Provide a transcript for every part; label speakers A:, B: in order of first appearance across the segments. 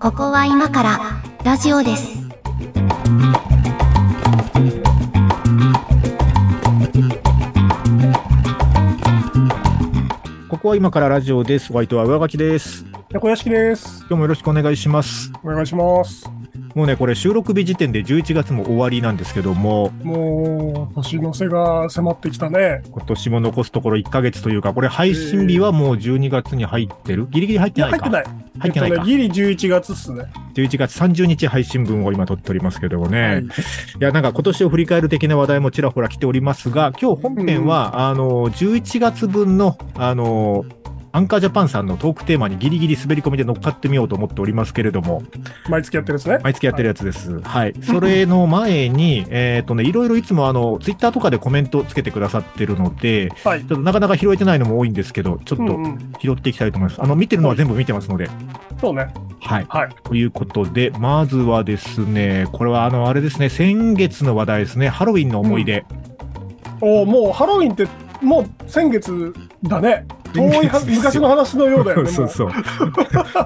A: ここは今からラジオです。
B: ここは今からラジオです。ホワイトは上書きです。
C: 猫屋敷です。
B: 今日もよろしくお願いします。
C: お願いします。
B: もうね、これ収録日時点で11月も終わりなんですけども、
C: もう、年の瀬が迫ってきたね。
B: 今年も残すところ1ヶ月というか、これ配信日はもう12月に入ってるギリギリ入っ
C: い
B: て
C: や、
B: ない
C: 入
B: か
C: ってない。
B: 入ってない
C: えっ
B: か
C: とね、ギリ11月っすね。
B: 11月30日配信分を今撮っておりますけどもね。
C: はい
B: い、や、なんか今年を振り返る的な話題もちらほら来ておりますが、今日本編は、あの、11月分の、あの、アンカージャパンさんのトークテーマにギリギリ滑り込みで乗っかってみようと思っておりますけれども、
C: 毎月やってるんですね。
B: 毎月やってるやつです。はい。それの前 に、えっ、とね、いろいろいつもあの、ツイッターとかでコメントつけてくださってるので、
C: はい
B: ちょっとなかなか拾えてないのも多いんですけど、ちょっ
C: う
B: と
C: んうん。
B: 拾っていきたいと思います。あの、見てるのは全部見てますので。
C: そうね。
B: はい。
C: はい。
B: ということで、まずはですね、これはあの、あれですね、先月の話題ですね、ハロウィンの思い出。
C: おーもうハロウィンって、もう先月だね。遠いは
B: 先月ですよ
C: 昔の話のようだよ ね。
B: そう
C: う。
B: そう。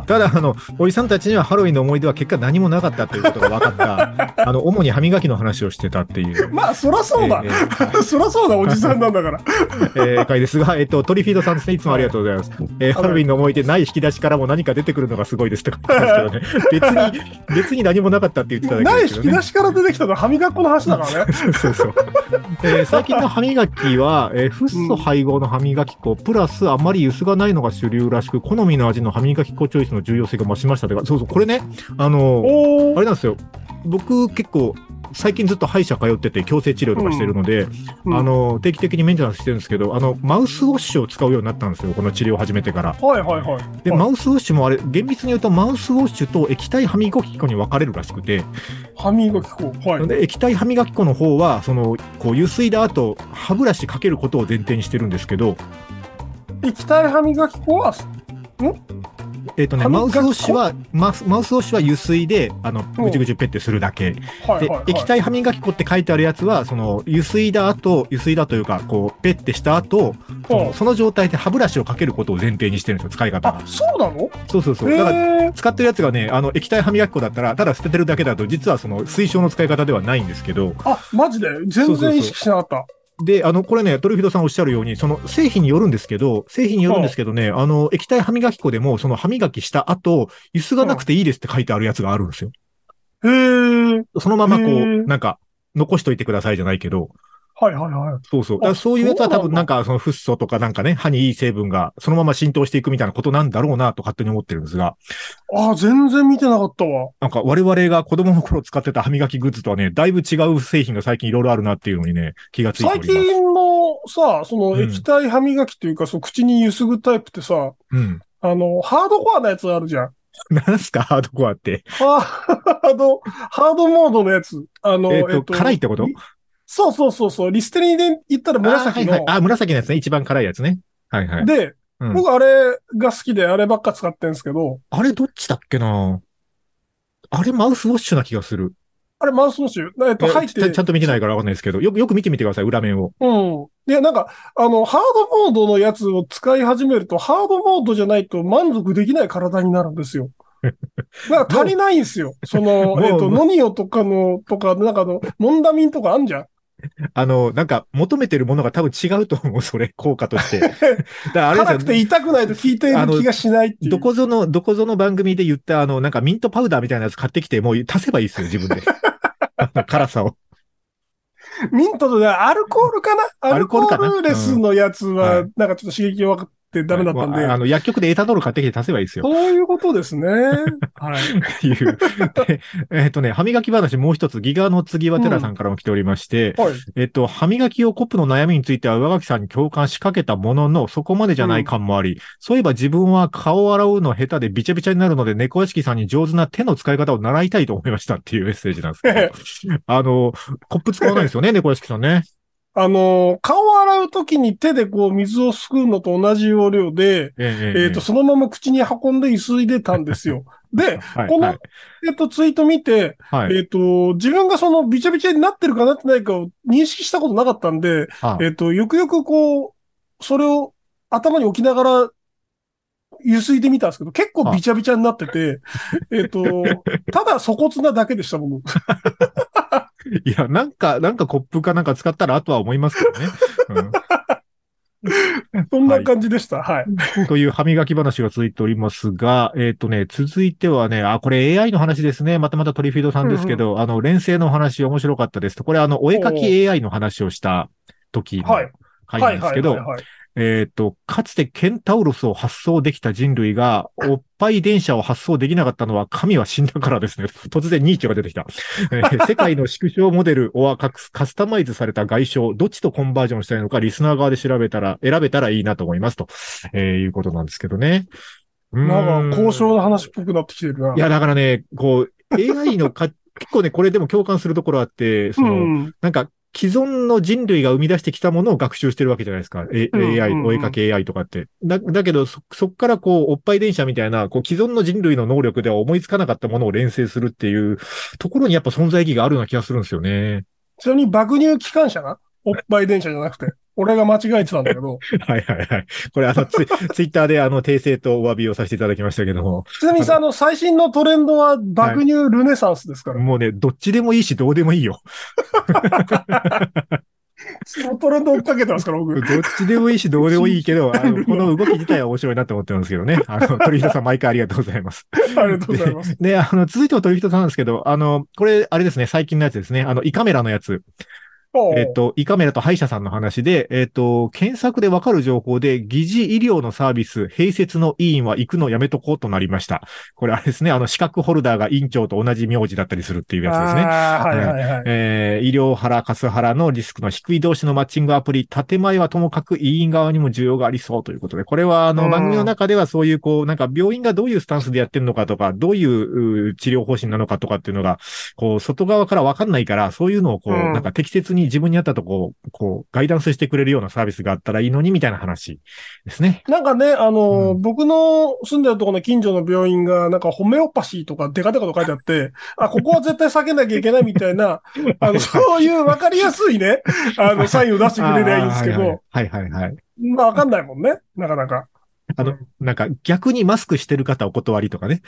B: ただ、あの、おじさんたちにはハロウィンの思い出は結果何もなかったということが分かった。あの、主に歯磨きの話をしてたっていう。
C: まあ、そらそうだ
B: え。ー
C: そらそうだ、おじさんなん だから。
B: えー、回ですが、 えっと、トリフィードさんですね、いつもありがとうございます。えーハロウィンの思い出ない引き出しからも何か出てくるのがすごいですとか言ってましたけ どね。別に、別に何もなかったって言ってただ
C: な
B: けで
C: い
B: す
C: 引
B: け
C: き
B: どね
C: 出。しから出てきたのは歯磨き粉の話だか らね。
B: そうそうそう。えー最近の歯磨きは、えーフッ素配合の歯磨き粉、プラスあまりゆすがないのが主流らしく、好みの味の歯磨き粉チョイスの重要性が増しましたというか、そうそう、これね、あの
C: お
B: あ
C: ー
B: れなんですよ。僕結構、最近ずっと歯医者通ってて、矯正治療とかしてるので、
C: うん
B: あの、定期的にメンテナンスしてるんですけど、あの、マウスウォッシュを使うようになったんですよ、この治療を始めてから。
C: はいはいはい。
B: で、
C: はい
B: マウスウォッシュもあれ、厳密に言うと、マウスウォッシュと液体歯磨き粉に分かれるらしくて、
C: 歯磨き粉。はい。
B: で液体歯磨き粉の方は、その、こう、ゆすいだ後、歯ブラシかけることを前提にしてるんですけど、
C: 液体歯磨き粉は、
B: えっ、とね、
C: 歯
B: マ
C: 磨
B: ウ
C: き
B: ス
C: 粉
B: ウォッシュは、マウスマウスウォッシュはゆすいで、あの、
C: うん
B: ぐちゅぐちゅペッてするだけ。
C: はい
B: で
C: はい、は、い。
B: 液体歯磨き粉って書いてあるやつは、その、ゆすいだ後、ゆすいだというか、こう、ペッてした後、その
C: うん
B: その状態で歯ブラシをかけることを前提にしてるんですよ、使い方
C: あ
B: が、。
C: そうなの
B: そうそうそう。だから、
C: へえ
B: 使ってるやつがね、あの、液体歯磨き粉だったら、ただ捨ててるだけだと、実はその、推奨の使い方ではないんですけど、
C: あ、マジで
B: そ
C: 全
B: うそう
C: 然意識しなかった。
B: で、あの、これね、トルフィドさんおっしゃるように、その、製品によるんですけど、製品によるんですけどね、あの、液体歯磨き粉でも、その、歯磨きした後、ゆすがなくていいですって書いてあるやつがあるんですよ。
C: へえ。
B: そのままこ
C: へ
B: う、
C: ー
B: なんか、残しといてくださいじゃないけど、
C: はいはいはい。
B: そうそう。だから
C: あ
B: そういうやつは
C: そうな
B: 多
C: んだ
B: 分なんか、その、フッ素とかなんかね、歯にいい成分が、そのまま浸透していくみたいなことなんだろうな、と勝手に思ってるんですが、
C: あ、全然見てなかったわ。
B: なんか我々が子供の頃使ってた歯磨きグッズとはね、だいぶ違う製品が最近いろいろあるなっていうのにね、気がついており
C: 最
B: ます。
C: 近のさ、そ
B: うん
C: の液体歯磨きというか、そう口にゆすぐタイプってさ、
B: うん。
C: あの、ハードコアなやつあるじゃん。
B: なんすかハードコアって。
C: ハード、ハードモードのやつ。あの、
B: えっと、辛いってこと
C: いそうそうそうそう。リステリンで言ったら紫
B: あーはい
C: の
B: はい。。あ、紫のやつね。一番辛いやつね。はいはい。
C: で、
B: うん
C: 僕あれが好きで、あればっか使ってんすけど、
B: あれどっちだっけなあれマウスウォッシュな気がする。
C: あれマウスウォッシュ、えっと、入って
B: ちゃんちゃんと見てないからわかんないですけど、よく、よく見てみてください、裏面を。
C: うん。いや、なんか、あの、ハードモードのやつを使い始めると、ハードモードじゃないと満足できない体になるんで すよ。なんか足りないんですよ。その
B: も、う
C: えっと、ノニオとかの、とか、なんかあの、モンダミンとかあんじゃん。
B: あの、なんか、求めてるものが多分違うと思う、それ、効果と して。だからあれ
C: 辛
B: です
C: く
B: よ
C: て痛くないと効いている気がしないっていう。
B: どこぞの、どこぞの番組で言った、あの、なんかミントパウダーみたいなやつ買ってきて、もう足せばいいで すよ、自分で。あの辛さを。
C: ミントとね、アルコールかな
B: ア
C: ア
B: ル
C: ル
B: コー
C: コ
B: ルかな
C: ールレスのやつ
B: う
C: は、なんかちょっと刺激弱くてダメだったん
B: もうああ
C: で。
B: の、薬局でエタノール買ってきて足せばいいですよ。
C: そういうことで すね。はい。
B: っていう。でえっとね、歯磨き話もう一つ、ギガの次はテラさんからも来ておりまして、
C: はい。
B: えっと、歯磨きをコップの悩みについては上垣さんに共感しかけたものの、そこまでじゃない感もあり、そういえば自分は顔を洗うの下手でびちゃびちゃになるので、猫屋敷さんに上手な手の使い方を習いたいと思いましたっていうメッセージなんですけ ど、あの、コップ使わないですよね、猫屋敷さんね。
C: あの、顔を洗うときに手でこう水をすくうのと同じ要領で、
B: ええ
C: えっ、と、、そのまま口に運んでゆすいでたんです よ。で、
B: はい、
C: この
B: はい、
C: えっ、と、ツイート見て、
B: はい。
C: えっ、と、自分がそのびちゃびちゃになってるかなってないかを認識したことなかったんで、
B: あ
C: えっ、と、よくよくこう、それを頭に置きながらゆすいでみたんですけど、結構びちゃびちゃになっ てて、えっと、ただ粗骨なだけでした、僕。
B: いや、なんか、なんかコップかなんか使ったらあとは思いますけどね。うん
C: そんな感じでした。はい。
B: という歯磨き話が続いておりますが、えっ、とね、続いてはね、あ、これ AI の話ですね。またまたトリフィードさんですけど、あの、連成の話面白かったですと。これあの、お絵描き AI の話をした時の
C: はい。
B: 回なんですけど、
C: はい。
B: えっ、と、かつてケンタウロスを発想できた人類が、おっぱい電車を発想できなかったのは神は死んだからですね。 突然ニーチェが出てきた。え ー世界の縮小モデル、おはカクスカスタマイズされた外傷、どっちとコンバージョンしたいのか、リスナー側で調べたら、選べたらいいなと思います。と、えーいうことなんですけどね。うーん
C: なんか、交渉の話っぽくなってきてるな。
B: いや、だからね、こう、AI のか、 結構ね、これでも共感するところあって、そうの、
C: ん。
B: なんか、既存の人類が生み出してきたものを学習してるわけじゃないですか。A-
C: うんうん
B: AI、お絵かき AI とかって。だ、だけど、そ、そっからこう、おっぱい電車みたいな、こう、既存の人類の能力では思いつかなかったものを連成するっていうところにやっぱ存在意義があるような気がするんですよね。
C: ちなみに爆乳機関車な。おっぱい電車じゃなくて。俺が間違えてたんだけど。
B: はいはいはい。これあの、ツイツイッターであの、訂正とお詫びをさせていただきましたけども、
C: ちなみにさ、あの、最新のトレンドは爆乳ルネサンスですから。
B: もうね、どっちでもいいし、どうでもいいよ。
C: そのトレンド追っかけてますか ら、
B: ど
C: 僕
B: っ。ちでもいいし、どうでもいいけど、あ の、この動き自体は面白いなと思ってますけどね。あの、鳥肌さん毎回ありがとうございます。
C: ありがとうございます。
B: で、あの、 続いても鳥人さんなんですけど、あの、これ、あれですね、最近のやつですね。あの、胃カメラのやつ。
C: おう
B: えっ、と、胃カメラと歯医者さんの話で、えっ、と、検索でわかる情報で、疑似医療のサービス、併設の委員は行くのやめとこうとなりました。これ、あれですね、あの、資格ホルダーが院長と同じ名字だったりするっていうやつですね。
C: あーはいはいはい。
B: えー、医療腹、カス腹のリスクの低い同士のマッチングアプリ、建前はともかく医院側にも需要がありそうということで、これはあ
C: う
B: の
C: ん
B: 番組の中ではそういうこう、なんか病院がどういうスタンスでやってるのかとか、どういううー治療方針なのかとかっていうのが、こう、外側からわかんないから、そういうのをこう、
C: うん
B: なんか適切に自分に合ったとこ、こう、ガイダンスしてくれるようなサービスがあったらいいのに、みたいな話ですね。
C: なんかね、あの、
B: うん
C: 僕の住んでるところの近所の病院が、なんかホメオパシーとかデカデカと書いてあって、あ、ここは絶対避けなきゃいけないみ たいな、 あの、そういうわかりやすいね、あの、サインを出してくれりゃいいんですけ
B: あー
C: ど、
B: はいはいはいはいはい。
C: まあわかんないもんね、なかなか。
B: あの、なんか逆にマスクしてる方お断りとかね。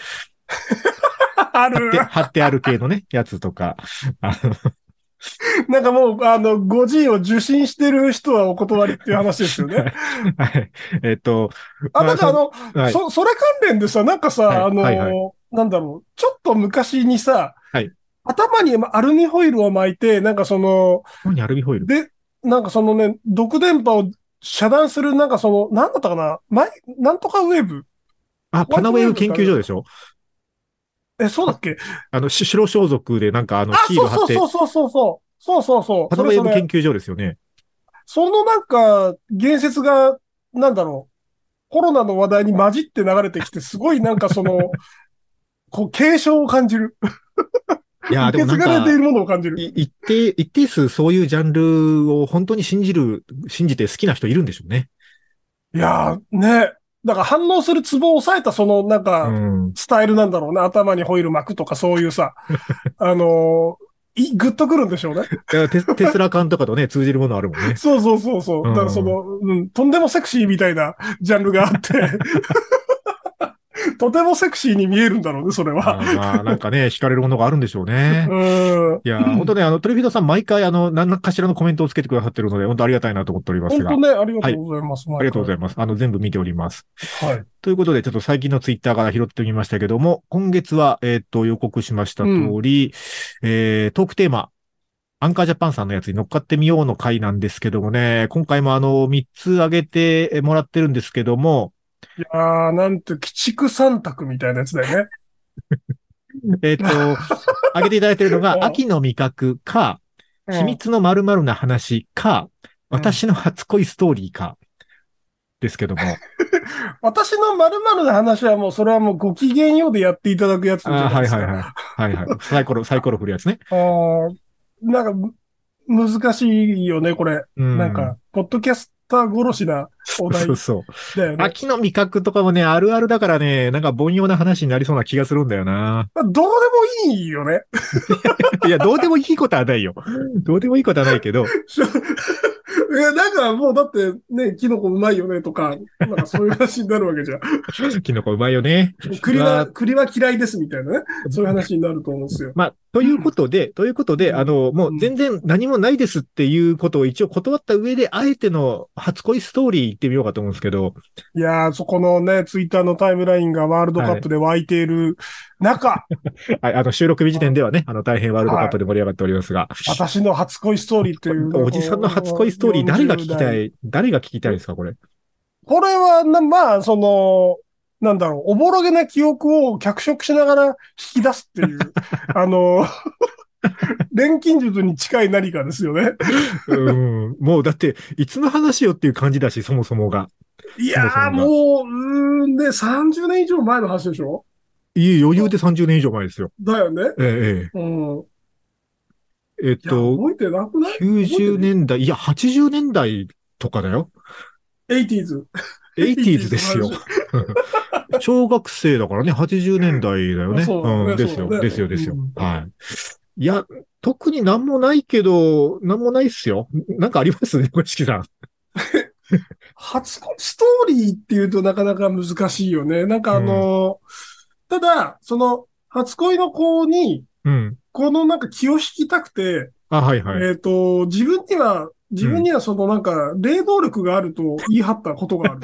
C: あ
B: 貼っ
C: る
B: て、。貼ってある系のね、やつとか。あの
C: なんかもう、あの、5G を受信してる人はお断りっていう話ですよね。
B: はい。えっと、
C: あ、
B: まあ
C: なんかあの、
B: はい。
C: そ、それ関連でさ、なんかさ、
B: はい
C: あのー
B: はいは
C: なんだろう、ちょっと昔にさ、
B: はい
C: 頭にアルミホイルを巻いて、なんかその、
B: 何アルミホイル
C: で、なんかそのね、毒電波を遮断する、なんかその、なんだったかな、マイ、なんとかウェーブ
B: あ、パナウェーブ研究所でしょ
C: え、そうだっけ
B: あの、し白装束でなんかあの
C: あ、
B: シール貼
C: そ
B: っ
C: う
B: て、
C: そうそうそうそう。そうそうそう。
B: パ
C: そ
B: ナウ
C: れ
B: ェー
C: そ
B: ブ
C: れ
B: 研究所ですよね。
C: そのなんか、言説が、なんだろう、コロナの話題に混じって流れてきて、すごいなんかその、 こう、警鐘を感じる。
B: いや、
C: 受
B: で
C: け
B: もな
C: 継
B: ん
C: がれてい
B: か、
C: るものを感じる。
B: い一定、一定数そういうジャンルを本当に信じる、信じて好きな人いるんでしょうね。
C: いやー、ね。だから反応するツボを抑えた、その、なん
B: う
C: か、
B: ん。
C: スタイルなんだろうな。頭にホイール巻くとか、そういう さ、あのーい、ぐっとくるんでしょうね。
B: いやテス テスラ感とかとね、通じるものあるもんね。
C: そうそうそうそう。だからその、うん、とんでもセクシーみたいなジャンルがあ って、とてもセクシーに見えるんだろうね、それ
B: あ
C: は。
B: ーまあ、なんかね、惹かれるものがあるんでしょうね。
C: うん。
B: いやー、本当ね、あの、トリフィードさん毎回あの、何らかしらのコメントをつけてくださってるので、本当ありがたいなと思っております
C: 本
B: が
C: 当。ね、ありがとうございます。
B: ありがとうござ
C: い
B: います。あの、全部見ております。
C: ます。はい。
B: ということで、ちょっと最近のツイッターから拾ってみましたけども、今月は、えっ、と、予告しました通り、えー、トークテーマ、アンカージャパンさんのやつに乗っかってみようの回なんですけどもね、今回もあの、3つ挙げてもらってるんですけども、
C: いやー、なんて、鬼畜三択みたいなやつだよね。
B: えっ、と、挙げていただいてるの
C: うん
B: が、秋の味覚か、
C: うん
B: 秘密の〇〇な話か、
C: うん
B: 私の初恋ストーリーか、ですけど も。
C: 私の〇〇の話はもう、それはもうご機嫌ようでやっていただくやつじゃ
B: あー
C: な
B: は
C: いで
B: い
C: す
B: は
C: か。
B: いはい。はいはい。サイコロ、サイコロ振るやつね。
C: ああ、なんかむ、難しいよね、これ。
B: うん。
C: なんか、ポッドキャスター殺しなお題
B: そうそう。
C: だよね。
B: 秋の味覚とかもね、あるあるだからね、なんか凡庸な話になりそうな気がするんだよな。
C: まあどうでもいいよね。
B: いや、どうでもいいことはないよ。どうでもいいことはないけど、
C: え、なんかもうだってね、キノコうまいよねとか、なんかそういう話になるわけ じゃん。
B: キノコうまいよね。
C: 栗
B: うわ
C: は、栗は嫌いですみたいなね。そういう話になると思うんですよ。
B: まあ、ということで、ということで、あの、もう全然何もないですっていうことを一応断った上で、あえての初恋ストーリー行ってみようかと思うんですけど、
C: いやー、そこのね、ツイッターのタイムラインがワールドカップで湧いている中、
B: はい、あの、収録日時点ではね、あの、大変ワールドカップで盛り上がっておりますが、
C: 私の初恋ストーリーという。
B: おじさんの初恋ストーリー、誰が聞きた
C: 40代
B: い、誰が聞きたいですか、これ。
C: これはな、まあ、その、なんだろう、おぼろげな記憶を脚色しながら引き出すって いう、あの、 錬金術に近い何かですよね。
B: うん、もうだって、いつの話よっていう感じだし、そもそもが。
C: いやー、
B: そもそ
C: もう、うーん、ね、30年以上前の話でしょ
B: いえ、余裕で30年以上前ですよ。
C: だよね。
B: えええ
C: うん。
B: え、えっ
C: いや、
B: と、
C: 覚えてなく ない
B: 90年代、いや、80年代とかだよ。
C: ?80s。
B: 80s ですよ。小学生だからね、80年代だよね。
C: そうだね
B: うん、です
C: そ
B: よ
C: うだ、ね
B: ですよ、ですよ
C: うん。
B: はい。いや、特になんもないけど、なんもないっすよ。なんかありますね、小式さん。
C: 初恋ストーリーっていうとなかなか難しいよね。なんかあのーただ、その、初恋の子に、
B: うん。
C: このなんか気を引きたくて、
B: あ、はいはい。
C: えっ、と、自分には、自分にはそのなんか、霊能力があると言い張ったこ とが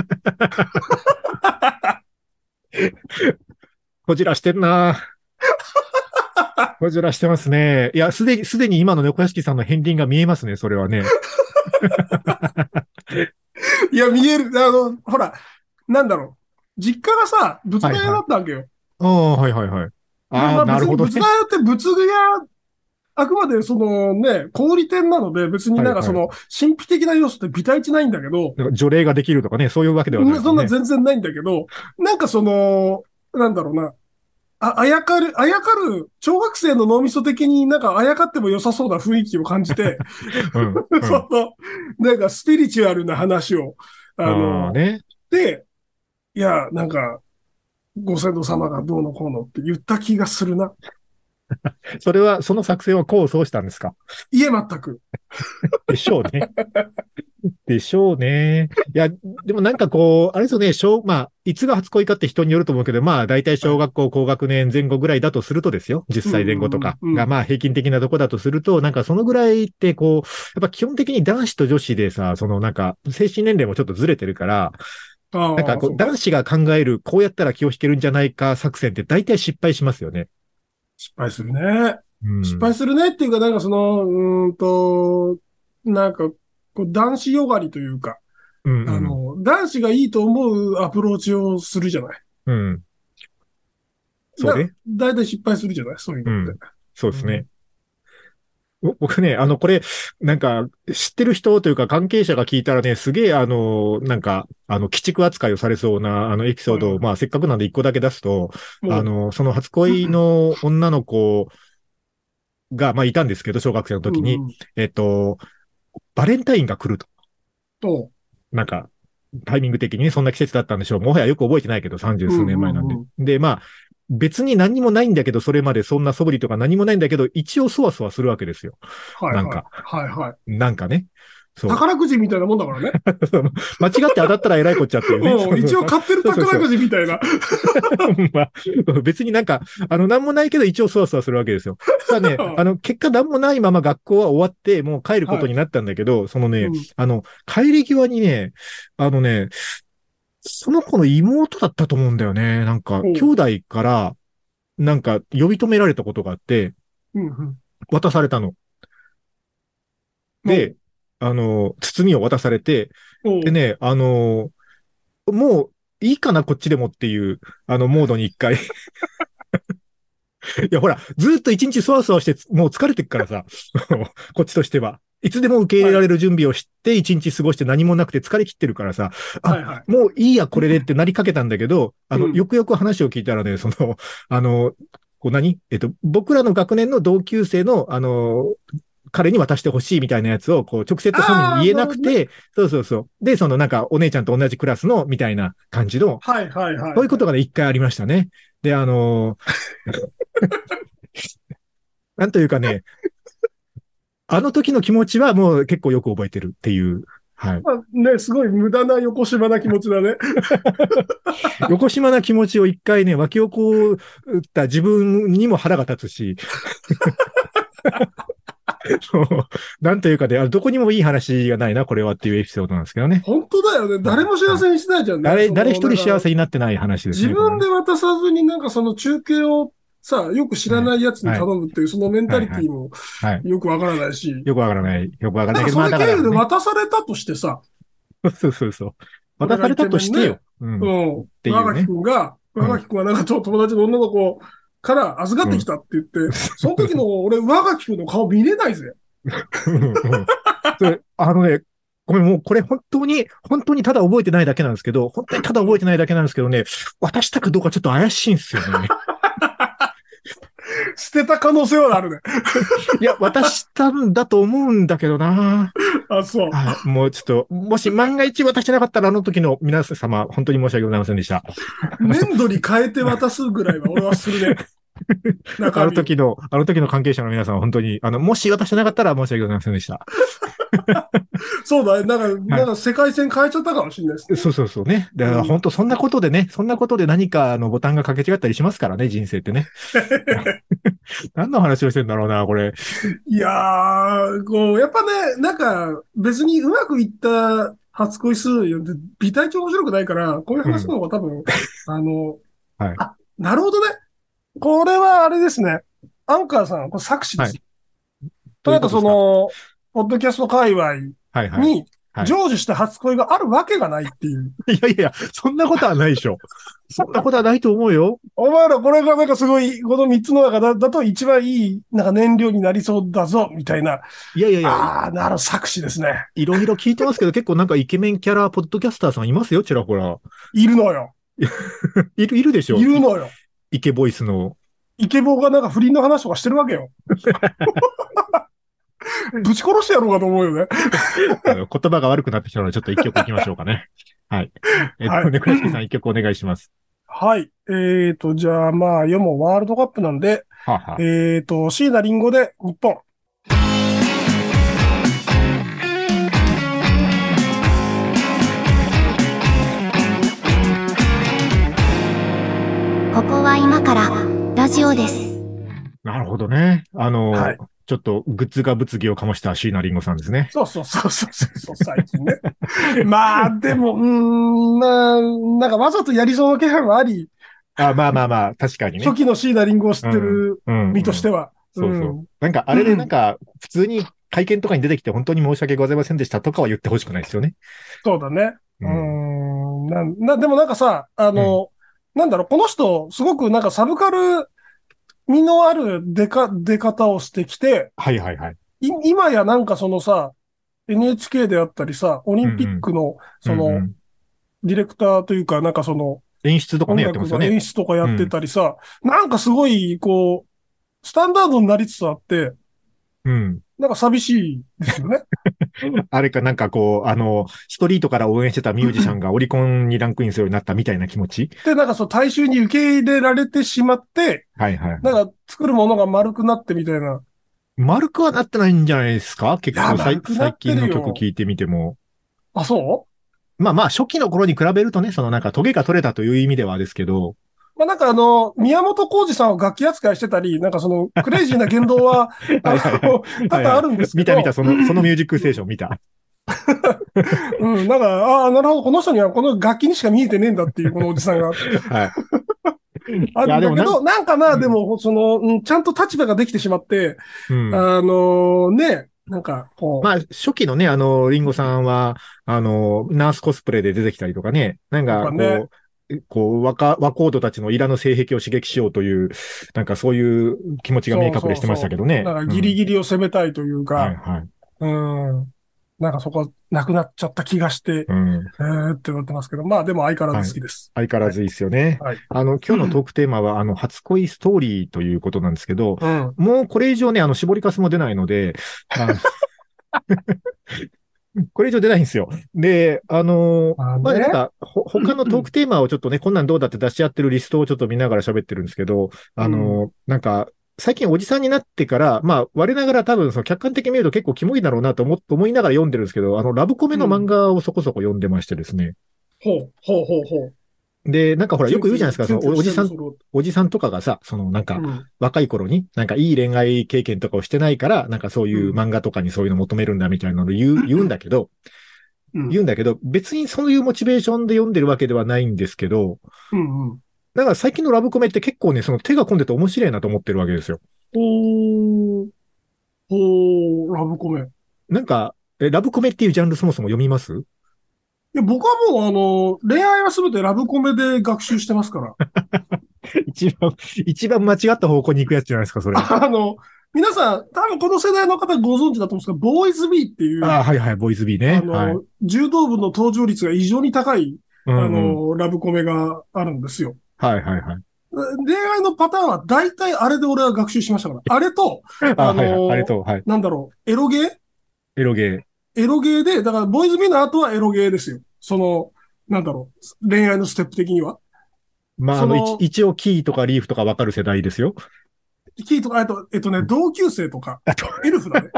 C: ある。
B: こじらしてる なぁこじらしてますね。いや、すでに、すでに今の猫屋敷さんの片鱗が見えますね、それはね。
C: いや、見える。あの、ほら、なんだろう。実家がさ、仏画屋だったわけよ。
B: ああ、はいはいはい。
C: で
B: あ
C: ま
B: あ、なるほど
C: 別
B: ね
C: に仏。画屋って仏具屋、あくまでそのね、小売店なので、別になんかその、神秘的な要素って微体値ないんだけど、
B: なんか除霊ができるとかね、そういうわけではない、ね。
C: そんな全然ないんだけど、なんかその、なんだろうな。あ、あやかる、あやかる、小学生の脳みそ的になんかあやかっても良さそうな雰囲気を感じて、
B: うんうん
C: その、なんかスピリチュアルな話を、あ
B: あ
C: の
B: あ、、ね。
C: で、いや、なんか、ご先祖様がどうのこうのって言った気がするな。
B: それは、その作戦は功を奏したんですか
C: いえ、全く。
B: でしょう ね。でしょうね。いや、でもなんかこう、あれですよね、小、まあ、いつが初恋かって人によると思うけど、まあ、大体小学校高学年前後ぐらいだとするとですよ、10歳前後とか
C: うんうんうん
B: が、まあ、平均的なとこだとすると、なんかそのぐらいってこう、やっぱ基本的に男子と女子でさ、そのなんか、精神年齢もちょっとずれてるから、
C: ああ
B: なんかこ
C: そう
B: う、男子が考える、こうやったら気を引けるんじゃないか作戦って大体失敗しますよね。
C: 失敗するね。
B: うん
C: 失敗するねっていうか、なんかその、うーんと、なんか、こう男子よがりというか、
B: うんうん
C: あの、男子がいいと思うアプローチをするじゃない。
B: うん。そうね。
C: だいたい失敗するじゃないそういうのって。
B: そうですね。お僕ね、あの、これ、なんか、知ってる人というか関係者が聞いたらね、すげえ、あの、なんか、あの、鬼畜扱いをされそうな、あの、エピソードを、まあ、せっかくなんで一個だけ出すと、
C: もう
B: あの、その初恋の女の子が、まあ、いたんですけど、小学生の時に、
C: うんうん
B: えっと、バレンタインが来ると。
C: と、
B: なんか、タイミング的にねそんな季節だったんでしょう。もはやよく覚えてないけど、三十数年前なんで。
C: うんうん
B: で、まあ、別に何もないんだけど、それまでそんな素振りとか何もないんだけど、一応そわそわするわけですよ。
C: はい、
B: な
C: はい。
B: んか
C: はいはい。
B: なんかね。そう。
C: 宝くじみたいなもんだからね。
B: 間違って当たったらえらいこっちゃって いうね。
C: もう一応
B: か、
C: 買ってる宝くじみたいな。
B: まあ、別になんか、あの、なんもないけど、一応そわそわするわけですよ。さあね
C: う、ん
B: あの、結果なんもないまま学校は終わって、もう帰ることになったんだけど、そのね、
C: うん
B: あの、帰り際にね、あのね、その子の妹だったと思うんだよね。なんか、
C: おう
B: 兄弟から、なんか、呼び止められたことがあって、
C: うんうん
B: 渡されたの。で、あの、包みを渡されて、
C: おう
B: でね、あの、もう、いいかな、こっちでもっていう、あの、モードに一回。いや、ほら、ずっと一日そわそわして、もう疲れてくからさ、 こっちとしては。いつでも受け入れられる準備をして、一日過ごして何もなくて疲れ切ってるからさ、あ
C: はいはい。
B: もういいや、これでってなりかけたんだけど、あの、
C: うん
B: よくよく話を聞いたらね、その、あの、こう何えっと、僕らの学年の同級生の、あの、彼に渡してほしいみたいなやつを、こう、直接本人に言えなくて、そうそうそう。で、そのなんか、お姉ちゃんと同じクラスの、みたいな感じの、
C: はいはいはい。
B: こういうことがね、一回ありましたね。で、あの ーなんというかね、あの時の気持ちはもう結構よく覚えてるっていうはい。
C: まあね、すごい無駄な横島な気持ちだね。
B: 横島な気持ちを一回ね、湧き起こった自分にも腹が立つし。 そうなんというかで、あどこにもいい話がないな、これはっていうエピソードなんですけどね。
C: 本当だよね。誰も幸せにしないじゃんね。
B: 誰、
C: その
B: 誰一人幸
C: なんか
B: せになってない話です
C: 自
B: ね。これ
C: 分
B: ね
C: で渡さずになんかその中継をさ、よく知らないやつに頼むっていう、そのメンタリティも
B: はいはい
C: よくわからないし。
B: よくわからない。よくわから
C: な
B: なんい
C: か
B: けど、
C: それ
B: だ
C: 経
B: から
C: 由で
B: ね、
C: 渡されたとしてさ、
B: そうそうそう。渡されたとしてよ。うん
C: うん。
B: ていうね
C: 若木くんが、
B: うん
C: 若木くんはなんかちょっと友達の女の子から預かってきたって言って、 その時の俺、若木くんの顔見れないぜ。
B: うんうんそれあのね、ごめん、もうこれ本当に、本当にただ覚えてないだけなんですけど、本当にただ覚えてないだけなんですけどね、渡したかどうかちょっと怪しいんですよね。
C: 捨てた可能性はあるね。
B: いや、渡したんだと思うんだけどな
C: あ、 そう。
B: はいもうちょっと、もし万が一渡してなかったらあの時の皆様、本当に申し訳ございませんでした。
C: 粘土に変えて渡すぐらいは俺はするね。
B: あ
C: 中
B: の
C: 身。
B: 時の、あの時の関係者の皆さん、本当に、あの、もし渡してなかったら申し訳ございませんでした。
C: そうだね。なんか、なんか世界線変えちゃったかもしれないですね。
B: そうそうそうね。だか
C: う
B: ら
C: ん
B: 本当そんなことでね、そんなことで何かあのボタンが掛け違ったりしますからね、人生って ね。何の話をしてんだろうな、これ。
C: いやー、こう、やっぱね、なんか、別にうまくいった初恋数より、美体調面白くないから、こういう話の方が多分、あの、
B: はい
C: あ、なるほどね。これはあれですね。アンカーさん、これ作詞です。
B: どうい
C: な
B: うんことで
C: かそ
B: すか、
C: の、ポッドキャスト界隈に、
B: はいはい。はい
C: 成就した初恋があるわけがないっていう。
B: いやいやいや、そんなことはないでしょ。 そんなことはないと思うよ。
C: お前らこれがなんかすごい、この3つの中だだと一番いい、なんか燃料になりそうだぞ、みたいな。
B: いやいやいや、
C: ああ、なるほど、作詞ですね。
B: いろいろ聞いてますけど、結構なんかイケメンキャラ、ポッドキャスターさんいますよ、ちらほら。
C: いるのよ。
B: いる、いるでしょ
C: いるのよ。
B: イケボイスの。
C: イケボーがなんか不倫の話とかしてるわ けよ。ぶち殺してやろうかと思うよね。
B: あ の言葉が悪くなってきたので、ちょっと一曲いきましょうかね。はい。えっと、ね、倉敷さん一曲お願いします。
C: はい。えーと、じゃあまあ、世もワールドカップなんで、
B: はあはあ
C: えーと、椎名林檎で日本。
A: ここは今からラジオです。
B: なるほどね。あの、
C: はい
B: ちょっとグッズが物議を醸した椎名林檎さんですね。
C: そうそうそうそうそう、最 近ね。まあ、でも、うーん、まあ、なんかわざとやりそうな気配はあり、
B: あまあまあまあ、確かにね
C: 初。期の椎名林檎を知ってる
B: うん
C: 身としては。
B: そうそうんなんかあれでなんか、普通に会見とかに出てきて本当に申し訳ございませんでしたとかは言ってほしくないですよね。
C: そうだね。うー
B: うん
C: ん、なんな、でもなんかさ、あの、なんだろう、この人、すごくなんかサブカル味のある出か、出方をしてきて、
B: はいはいはい。
C: い今やなんかそのさ、NHK であったりさ、オリンピックの、そ
B: うんう
C: の、
B: ん
C: ディレクターというか、なんかその、
B: 演出とか
C: 音
B: ね、やってま
C: 楽
B: すよ
C: の
B: ね。
C: 演出とかやってたりさ、なんかすごい、こう、スタンダードになりつつあって、
B: うん。
C: なんか寂しいです よね。
B: あれかなんかこう、あの、ストリートから応援してたミュージシャンがオリコンにランクインするようになったみたいな気持ち。
C: で、なんかそう、大衆に受け入れられてしまって、
B: はいはい。
C: なんか作るものが丸くなってみたいな。
B: 丸くはなってないんじゃないですか結
C: いや
B: 構さい
C: 丸くな
B: 最
C: ってる
B: 近
C: よ
B: の曲聴いてみても。
C: あ、そう
B: まあまあ、初期の頃に比べるとね、そのなんかトゲが取れたという意味ではですけど、
C: まあ、なんかあの、宮本浩二さんを楽器扱いしてたり、なんかその、クレイジーな言 動は、あ
B: はいはい
C: の、多々あるんですけ
B: 見
C: ど、
B: た見た、その、そのミュージックステーション見た。
C: うん、なんか、ああ、なるほど、この人にはこの楽器にしか見えてねえんだっていう、このおじさんが
B: はい。
C: あ
B: いやで
C: る
B: も
C: ん
B: な
C: だけど、なんかまあ、でも、その、うん、ちゃんと立場ができてしまって、
B: うん、
C: あの、ね、なんか、こう、
B: まあ、初期のね、あの、リンゴさんは、あの、ナースコスプレで出てきたりとかね、なんかこう、
C: とかね
B: こう、若、若人たちのイラの性癖を刺激しようという、なんかそういう気持ちが明確でしてましたけどね。
C: なんかギリギリを攻めたいという
B: うんはい
C: か、
B: はい。
C: うん、なんかそこ、なくなっちゃった気がして、
B: うん。
C: えーってなってますけど、まあ、でも相変わらず好きです。
B: 相変わらずいいですよね。
C: はい
B: あの、今日のトークテーマは、あの、初恋ストーリーということなんですけど、
C: うん。
B: もうこれ以上ね、あの、絞りかすも出ないので、あの これ以上出ないんですよ。で、あの
C: まあね
B: まあなんか、ほ、他のトークテーマをちょっとね、こんなんどうだって出し合ってるリストをちょっと見ながら喋ってるんですけど、あのなんか、最近おじさんになってから、まあ、我ながら多分、その客観的に見ると結構キモいだろうなと思思いながら読んでるんですけど、あの、ラブコメの漫画をそこそこ読んでましてですね。
C: ほう、ほう、ほう、ほう。
B: で、なんかほら、よく言うじゃないですか、そのおおじさん、
C: う
B: おじさんとかがさ、そのなんか、
C: ん。
B: 若い頃に、なんかいい恋愛経験とかをしてないから、なんかそういう漫画とかにそういうの求めるんだみたいなのを言う、言うんだけど、
C: うん
B: 言うんだけど、別にそういうモチベーションで読んでるわけではないんですけど、
C: うん、うん。
B: だから最近のラブコメって結構ね、その手が込んでて面白いなと思ってるわけですよ。
C: ほう、ほう、ラブコメ。い
B: なんか、え、ラブコメっていうジャンルそもそも読みます
C: や、僕はもう、あの、恋愛はすべてラブコメで学習してますから。
B: 一番、一番間違った方向に行くやつじゃないですか、それ。あ
C: あの、皆さん、多分この世代の方ご存知だと思うんですけど、ボーイズビーっていう、
B: あ、はいはい、ボーイズビーね。
C: あ
B: はい。
C: の、柔道部の登場率が異常に高い、
B: う
C: あ
B: んうん、
C: の、ラブコメがあるんですよ。
B: はいはいはい。
C: 恋愛のパターンは大体あれで俺は学習しましたから。あれと、
B: あ、
C: あのー
B: はいはい。ありがとう。はい。
C: なんだろう、エロゲー
B: エロゲ
C: エロゲーで、だからボーイズビーの後はエロゲーですよ。その、なんだろう、恋愛のステップ的には。
B: ー。まあ、あ
C: その
B: の、一一応、キーとかリーフとかわかる世代ですよ。
C: キーとか、えっと、えっとね、同級生とか、エル フだね。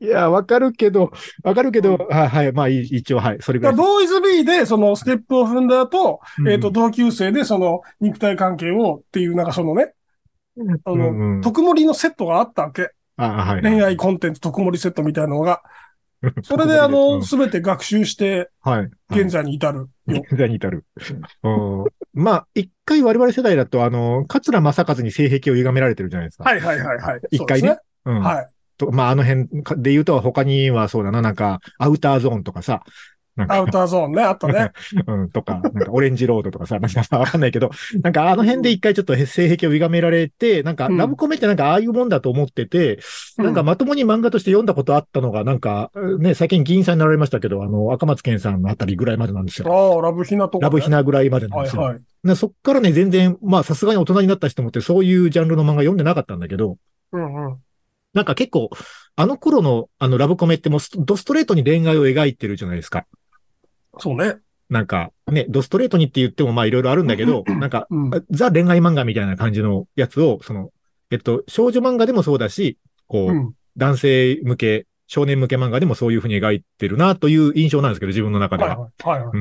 B: いや、わかるけど、わかるけど、はいはい。まあ、い一応、はい。それぐ
C: だからら
B: い。
C: ボーイズビーで、そのステップを踏んだ後、
B: うん
C: えっと、、同級生で、その、肉体関係をっていう、なんかそのね、あの、
B: うんうん
C: 特盛りのセットがあったわけ。
B: あ、はい。
C: 恋愛コンテンツ特盛りセットみたいなのが。
B: 特盛りで
C: それで、あ
B: うん
C: の、すべて学習して、
B: はい。
C: 現在に至るよ。
B: 現在に至る。うんまあ、一回我々世代だと、あの、桂正和に性癖を歪められてるじゃないですか。
C: はいはいはいはい。
B: 一回
C: そう
B: ね
C: で。
B: うん
C: すね。はい。
B: とまあ、あの辺かで言うと、他にはそうだな、なんか、アウターゾーンとかさ、なん
C: ア
B: か
C: ウ、ターゾーンね、あったね。
B: うん、とか、なんか、オレンジロードとかさ、なんか さ、わかんないけど、なんか、あの辺で一回ちょっと性癖を歪められて、なんか、
C: うん
B: ラブコメってなんか、ああいうもんだと思ってて、 なんか、
C: う
B: まともに漫画として読んだことあったのが、なんか、ね、最近議員さんになられましたけど、あの、赤松健さんのあたりぐらいまでなんですよ。
C: ああ、ラブヒナとかね。
B: ラブヒナぐらいまでなん
C: は
B: で
C: い
B: すよ。
C: はい。
B: でそっからね、全然、まあ、さすがに大人になった人もって、そういうジャンルの漫画読んでなかったんだけど、
C: うんうん。
B: なんか結構、あの頃の、あの、ラブコメってもうスト、ドストレートに恋愛を描いてるじゃないですか。
C: そうね。
B: なんか、ね、ドストレートにって言っても、まあ、いろいろあるんだけど、なんか、
C: うん。
B: ザ恋愛漫画みたいな感じのやつを、その、えっと、少女漫画でもそうだし、こう、
C: うん。
B: 男性向け、少年向け漫画でもそういうふうに描いてるな、という印象なんですけど、自分の中で
C: はい
B: は。
C: はい。はいは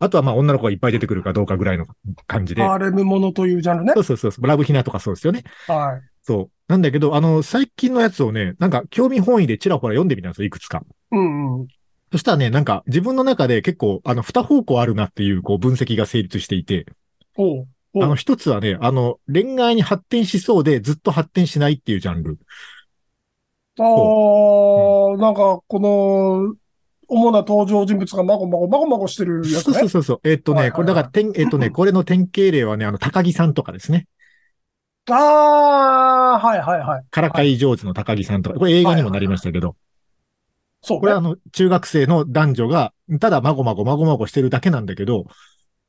B: あとは、まあ、女の子がいっぱい出てくるかどうかぐらいの感じ
C: い。
B: で。
C: RM ものというジャンルね
B: そ。うそうそうそう、ラブヒナとかそうですよね。
C: はい。
B: そう。なんだけど、あの、最近のやつをね、なんか興味本位でちらほら読んでみたんですよ、いくつか。
C: うんうん。
B: そしたらね、なんか自分の中で結構、あの、二方向あるなっていう、こう、分析が成立していて、
C: おう。
B: あ
C: お
B: の、一つはね、あの、恋愛に発展しそうでずっと発展しないっていうジャンル。
C: ああ、なんか、この、主な登場人物がまごまごまごまごしてるやつ
B: そうそう
C: ね。
B: そうそう。えっと
C: は
B: ね、
C: いはい
B: これだから、て んえっとね、これの典型例はね、あの、高木さんとかですね。
C: ああ、はいはいはい。
B: からかい上手の高木さんとか、これ映画にもなりましたけど、
C: そう、ね。
B: これはあの、中学生の男女が、ただまごまごまごまごしてるだけなんだけど、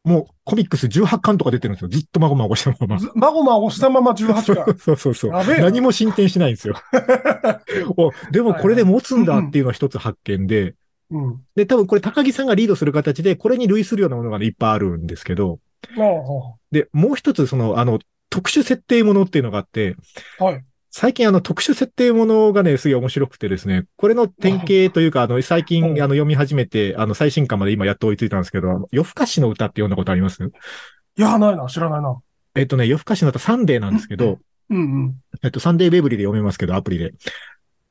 B: もうコミックス18巻とか出てるんですよ。ずっとまごまごしたまま。
C: ずまごまごしたまま18 巻。
B: そうそうそう。
C: やべえな
B: 何も進展しないん ですよ。おでもこれで持つんだっていうのは一つ発見で、
C: うん。
B: で、多分これ高木さんがリードする形で、これに類するようなものがねいっぱいあるんですけど、
C: ああ
B: で、もう一つその、あの、特殊設定ものっていうのがあって、
C: はい。
B: 最近あの特殊設定ものがね、すげえ面白くてですね、これの典型というか、あの、最近
C: うん
B: あの読み始めて、あの、最新刊まで今やっと追いついたんですけど、あの夜更かしの歌って読んだことあります
C: いや、ないな、知らないな。
B: えっとね、夜更かしの歌サンデーなんですけど、
C: うんうん。
B: えっと、サンデーベブリで読めますけど、アプリで。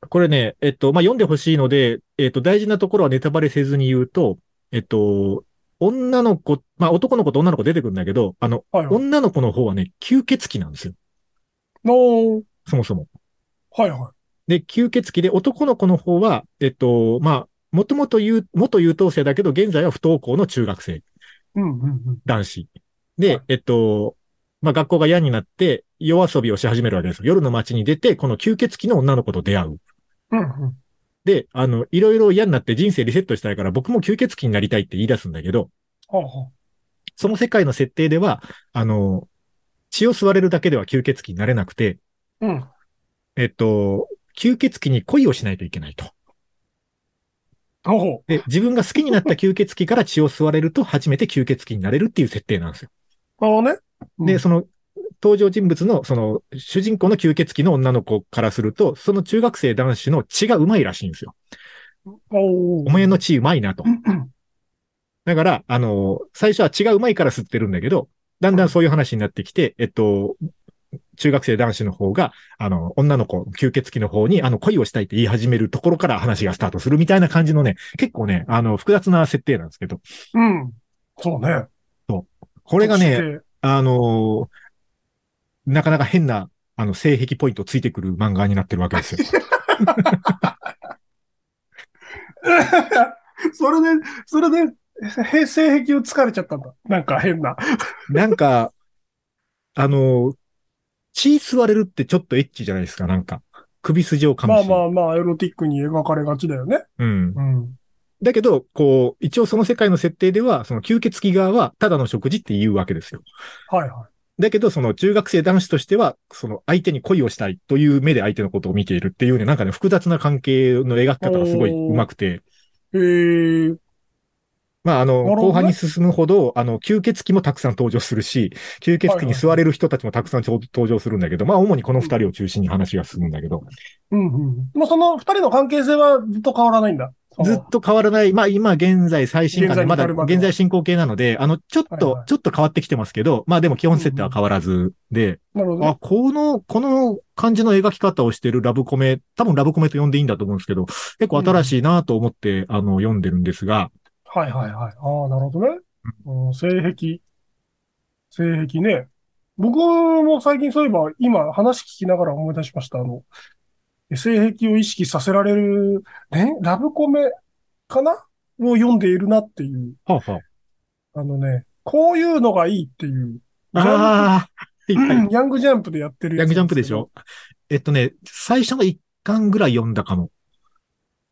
B: これね、えっと、まあ、読んでほしいので、えっと、大事なところはネタバレせずに言うと、えっと、女の子、まあ、男の子と女の子出てくるんだけど、あの、
C: はいはい。
B: 女の子の方はね、吸血鬼なんですよ。
C: おー
B: そもそも。
C: はいは
B: で、吸血鬼で、男の子の方は、えっと、まあ、もともと言う、元優等生だけど、現在は不登校の中学生。
C: い。うんうんうん。
B: 男子。で、えっと、まあ、学校が嫌になって、夜遊びをし始めるわけですよ。夜の街に出て、この吸血鬼の女の子と出会う。
C: うんうん。
B: で、あの、いろいろ嫌になって人生リセットしたいから、僕も吸血鬼になりたいって言い出すんだけど、
C: はあは
B: その世界の設定では、あの、血を吸われるだけでは吸血鬼になれなくて、
C: あ。うん。
B: えっと、吸血鬼に恋をしないといけないと。
C: ほうほ
B: で、自分が好きになった吸血鬼から血を吸われると、初めて吸血鬼になれるっていう設定なんですよ。
C: う。なるほどね。
B: で、
C: うん
B: その、登場人物の、その、主人公の吸血鬼の女の子からすると、その中学生男子の血がうまいらしいんですよ。
C: お
B: お前の血うまいなと。
C: ー
B: だから、あの、最初は血がうまいから吸ってるんだけど、だんだんそういう話になってきて、えっと、中学生男子の方が、あの、女の子、吸血鬼の方に、あの、恋をしたいって言い始めるところから話がスタートするみたいな感じのね、結構ね、あの、複雑な設定なんですけど、
C: うん。そうね。
B: こ
C: こ
B: れがね、、あのーなかなか変な、あの、性癖ポイントついてくる漫画になってるわけ ですよ。
C: それで、 それで、平成壁を疲れちゃったんだ。なんか変な。
B: なんか、あのー血吸われるってちょっとエッチじゃないですか、なんか。首筋を噛む
C: まあ
B: し。
C: まあまあ、エロティックに描かれがちだよね。
B: うん。
C: うん。
B: だけど、こう、一応その世界の設定では、その吸血鬼側はただの食事って言うわけですよ。
C: はいは
B: だけど、その中学生男子としては、その相手に恋をしたいという目で相手のことを見ているっていうね、なんかね、複雑な関係の描き方がすごい上手くて、
C: い。へえ。
B: まあ、あの、
C: なるほどね
B: 後半に進むほど、あの、吸血鬼もたくさん登場するし、吸血鬼に吸われる人たちもたくさんちょ登場するんだけど、まあ、主にこの二人を中心に話が進むんだけど、
C: うんうん。もうその二人の関係性はずっと変わらないんだ。その
B: ずっと変わらない、まあ、今現在最新刊で、
C: 現在に
B: まだ
C: 至るまでは
B: 現在進行形なので、あの、ちょっ
C: はい
B: と
C: は、い
B: ちょっと変わってきてますけど、まあ、でも基本設定は変わらずで、
C: なるほど
B: あ、
C: ね。
B: この、この感じの描き方をしてるラブコメ、多分ラブコメと呼んでいいんだと思うんですけど、結構新しいなと思って、あの、読んでるんですが、
C: はいはいはい。ああ、なるほどね。うん、性癖。性癖ね。僕も最近そういえば、今話聞きながら思い出しました。あの、性癖を意識させられる、ね、ラブコメかなを読んでいるなっていう。
B: はあ、は
C: あのね、こういうのがいいっていう、
B: あ、ああ、はいはい
C: ヤングジャンプでやってる
B: ヤ
C: や
B: ン
C: つ
B: グジ
C: な
B: ャ
C: ん
B: ンプ
C: す
B: で
C: け
B: し
C: ど
B: ょえっとね、最初の一巻ぐらい読んだかも。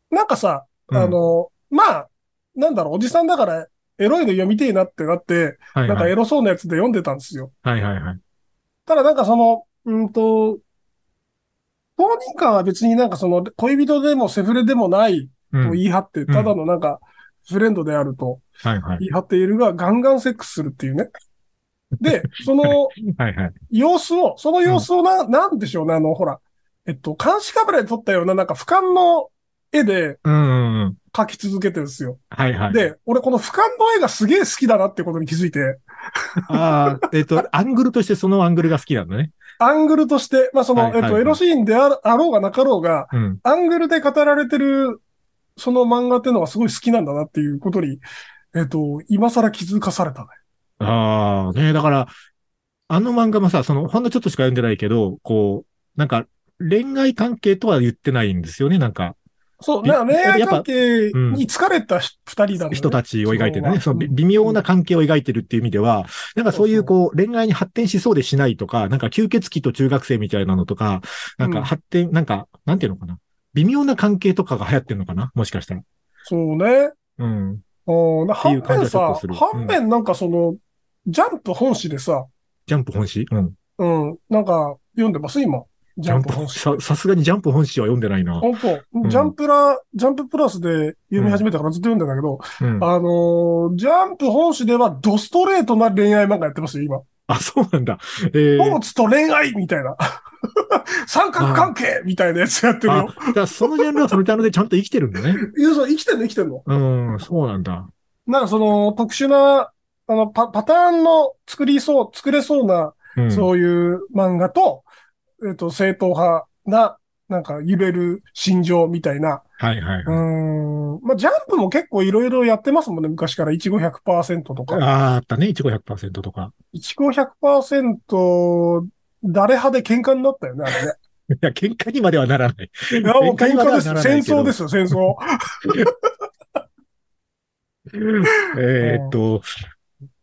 C: なんかさ、
B: うん
C: あの、まあ、なんだろう、おじさんだから、エロいの読みてえなってなって、
B: はい
C: なん
B: は
C: か
B: い。
C: エロそうなやつで読んでたんですよ。
B: はいはいはい。
C: ただなんかその、うんと、当人間は別になんかその、恋人でもセフレでもない
B: うん
C: と言い張って、ただのなんか、フレンドであると
B: はいはい。
C: 言い張っているが、ガンガンセックスするっ ていうね。で、その、
B: はいはい。
C: 様子を、その様子をな、なんでしょうね、あの、ほら、えっと、監視カメラで撮ったような、なんか俯瞰の絵で
B: うんうんうん。
C: 描き続けてるんですよ。
B: はいはい。、
C: で、俺この俯瞰の絵がすげえ好きだなってことに気づいて、
B: ああ、 えっと、アングルとしてそのアングルが好きなんだね。
C: アングルとして、まあその、
B: はいはいはい
C: えっと、エロシーンであるあろうがなかろうが、
B: うん。
C: アングルで語られてる、その漫画っていうのがすごい好きなんだなっていうことに、えっと、今更気づかされたね。
B: ああ、ね、だから、あの漫画もさ、その、ほんのちょっとしか読んでないけど、こう、なんか、恋愛関係とは言ってないんですよね、なんか、
C: そう、
B: び
C: な恋愛
B: やっぱ
C: 関係に疲れたひ二人だね。
B: 人たちを描いてるね。
C: そ
B: そうの微妙な関係を描いてるっていう意味では、なんかそういう
C: そう
B: こう、恋愛に発展しそうでしないとか、なんか吸血鬼と中学生みたいなのとか、なん
C: う
B: か
C: ん
B: 発展、なんか、なんていうのかな。微妙な関係とかが流行ってるのかなもしかしたら。
C: そうね。
B: うん。
C: うん、な
B: てい
C: 反
B: う感じは
C: 面
B: ちょっ
C: さ
B: とする、
C: 反面なんかその、ジャンプ本誌でさ、
B: ジャンプ本誌うん。
C: うん、なんか読んでます今。ジ
B: ジ
C: ャ
B: ャン
C: ンプ
B: プ
C: 本
B: 本
C: 誌
B: 誌。。さ、さすがにジャンプ本誌は読んでないな。
C: 本当、
B: ん
C: ジャンプラ、ジャンププラスで読み始めたからずっと読んでんだけど、
B: うん。
C: あのージャンプ本誌ではドストレートな恋愛漫画やってますよ、今。
B: あ、そうなんだ。えー
C: ポーズと恋愛みたいな。 三角関係みたいなやつやってる
B: あ、
C: よ。
B: だからそのジャンルはそのジャンルでちゃんと生きてるんだね。
C: いや、そう、生きてんの生きてんの。
B: うん、そうなんだ。
C: なんかその、特殊な、あの、パ、パターンの作りそう、作れそうな、
B: うん。
C: そういう漫画と、えっと、正統派な、なんか揺れる心情みたいな。
B: はいはいう
C: ー
B: はい。
C: ん。まあ、ジャンプも結構いろいろやってますもんね。昔から、いちご100%と
B: あ
C: か。
B: あ、あったね。1500%とか。
C: いちご100%、誰派で喧嘩になったよね、あれね。
B: いや、喧嘩にまではならない。
C: いや、もう喧
B: 喧嘩には
C: 嘩で
B: な
C: す。
B: らな
C: 戦
B: いけど
C: 争ですよ、戦 争。
B: えーっと、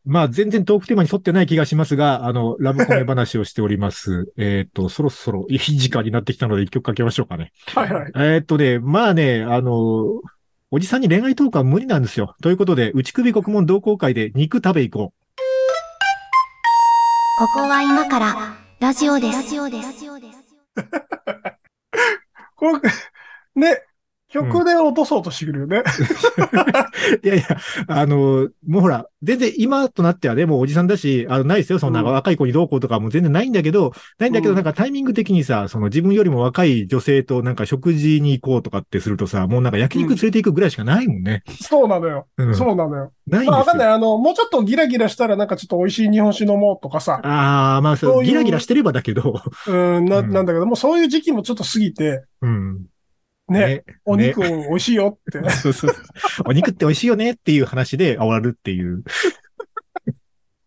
B: まあ、全然トークテーマに沿ってない気がしますが、あの、ラブコメ話をしており ます。えーっと、そろそろいい時間になってきたので一曲かけましょうかね。
C: はいはい。
B: えーっとね、まあね、あの、おじさんに恋愛トークは無理なんですよ。ということで、内首国門同好会で肉食べ行こ
A: ここは今からラジオです。ラジオです。
C: これ、ね、曲で落とそうとしてくるよね。
B: いやいや、あの、もうほら、全然今となってはね、もうおじさんだし、あの、ないですよ、そんな
C: うん
B: 若い子にどうこうとかも全然ないんだけど、ないんだけ
C: う
B: ど、
C: ん
B: なんかタイミング的にさ、その自分よりも若い女性となんか食事に行こうとかってするとさ、もうなんか焼肉連れて行くぐらいしかないもんね。
C: そうなのよ。
B: うん。
C: そうなのよ。
B: ないんですよ。
C: まあわかんない。あの、もうちょっとギラギラしたらなんかちょっと美味しい日本酒飲もうとかさ。
B: ああ、まあそう
C: そういう
B: ギラギラしてればだけど、
C: うん、な、
B: うん
C: なんだけど、もうそういう時期もちょっと過ぎて、
B: うん。
C: ね、お肉美味しいよ って。
B: そうそう。お肉って美味しいよねっていう話で終わるっていう、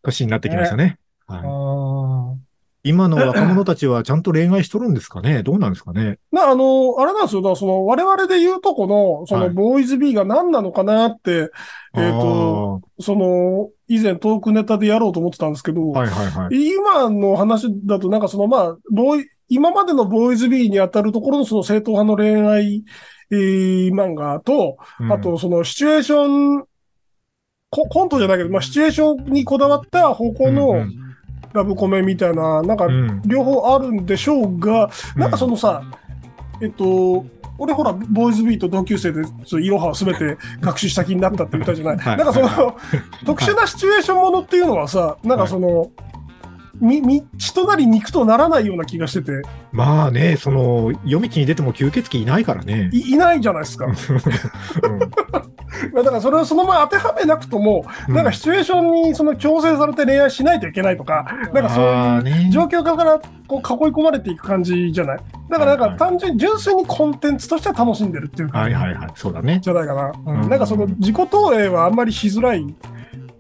B: 年になってきましたね。
C: あ
B: は
C: ー
B: い、今の若者たちはちゃんと恋愛しとるんですかねどうなんですかね
C: な、あの、あれなんですよ。だからその、我々で言うとこの、そ
B: は
C: の、
B: い
C: ボーイズ B が何なのかなって、えっとその、以前トークネタでやろうと思ってたんですけど、
B: あーはいはいはい。
C: 今の話だと、なんかその、まあ、ボーイ、今までのボーイズ B に当たるところのその正統派の恋愛、えー漫画と、
B: うん
C: あ、とそのシチュエーション、ココントじゃないけど、まあ、シチュエーションにこだわった方向
B: うん
C: のラブコメみたいな、なんか
B: うんうん
C: 両方あるんでしょうが、なんかそのさ、えっと、俺ほら、ボーイズビーと同級生で、そのイロハをすべて学習した気になったって言ったじゃない。
B: はい
C: なんかその、
B: は
C: 特殊なシチュエーションものっていうのはさ、なんかその、み、み、血となり肉とならないような気がしてて、
B: まあね、その、夜道に出ても吸血鬼いないから ね。
C: いいないじゃないですか。だからそれをそのまま当てはめなくとも、
B: う
C: なんかシチュエーションにその強制されて恋愛しないといけないとか、なんかそういう
B: あーね
C: 状況下からこう囲い込まれていく感じじゃないだからなんか単純に純粋にコンテンツとしては楽しんでるっていう
B: は
C: 感
B: い
C: じ
B: はいはい。そうだね。
C: じゃないかな、うん
B: うん
C: なんかその自己投影はあんまりしづらい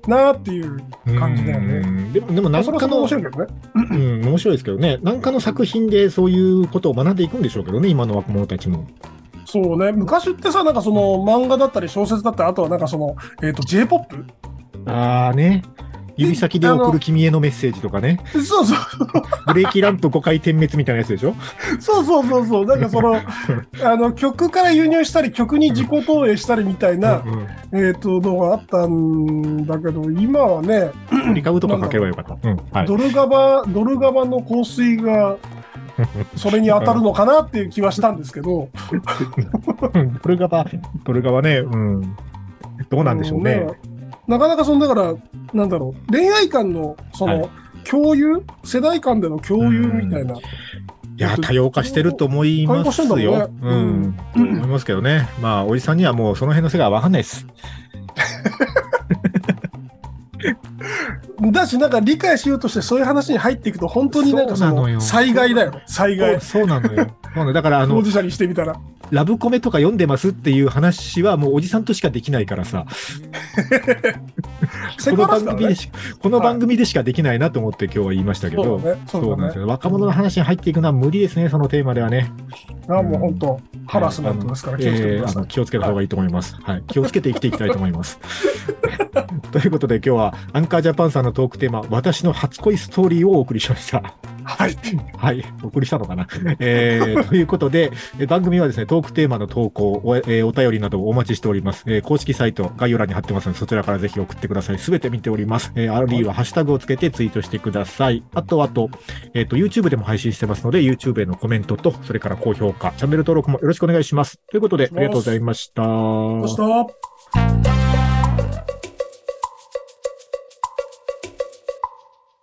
C: なっていう感じだよね
B: うんでも、でも、なん
C: それは
B: か
C: それ
B: の
C: で面、白いけどね
B: うん、面白いですけどね。なんかの作品でそういうことを学んでいくんでしょうけどね、今の若者たちも。
C: そうね昔ってさなんかその漫画だったり小説だったりあとはなんかその、えー、と j p o p
B: ああね。指先で送る君へのメッセージとかね。
C: そうそう
B: ブレーキランプ5回点滅みたいなやつでしょ
C: そうそうそうそうなんか そのあの曲から輸入したり曲に自己投影したりみたいな、
B: うん
C: えっ、と動画あったんだけど今はね
B: うんリカブとかかければよかった。うん。はい。
C: ドルガバ、ドルガバの香水が、それに当たるのかなっていう気はしたんですけど。
B: うんトルガバ、トルガバね、うん。どうなんでしょうね
C: あの。。なかなかその、だから、なんだろう、恋愛観の、その、
B: は
C: 共有世代間での共有みたいな。
B: いや、多様化してると思います
C: 多様化
B: よ。
C: してんだ
B: う
C: ろうね
B: ん。思いますけどね。まあ、おじさんにはもうその辺の世界はわかんないです。
C: だし、なんか理解しようとしてそういう話に入っていくと、本当になんかそ
B: そうなの
C: の、
B: よ
C: 災害だよね。災害。
B: そうなのよ。そうなのだから、あ
C: 当
B: の、
C: 事者にしてみたら。
B: ラブコメとか読んでますっていう話はもうおじさんとしかできないからさ。
C: セ
B: この
C: クハラ
B: 番
C: だから
B: 組で
C: ね。
B: し、この番組でしかできないなと思って今日は言いましたけ
C: そ
B: ど
C: う。だね。
B: そ
C: そ
B: う
C: う
B: なん
C: だ
B: です
C: ね。
B: よ。若者の話に入っていくのは無理ですね、そのテーマではね。
C: あもう本当、ハラスメントですから気をつけてくだ
B: えーあ
C: さい
B: の。気をつけた方がいいと思います。はい。気をつけて生きていきたいと思います。 ということで今日はアンカージャパンさんのトークテーマ、私の初恋ストーリーをお送りしました。
C: はい。
B: はい。お送りしたのかな。えー ということで、えー番組はですね、トークテーマの投稿、お,、えーお便りなどをお待ちしております。えー公式サイト、概要欄に貼ってますので、そちらからぜひ送ってください。すべて見ております。えーあるいはハッシュタグをつけてツイートしてください。あと、あと、えっ、と、YouTube でも配信してますので、YouTube へのコメントと、それから高評価、チャンネル登録もよろしくお願いします。ということで、ありがとうございました。
C: そしたら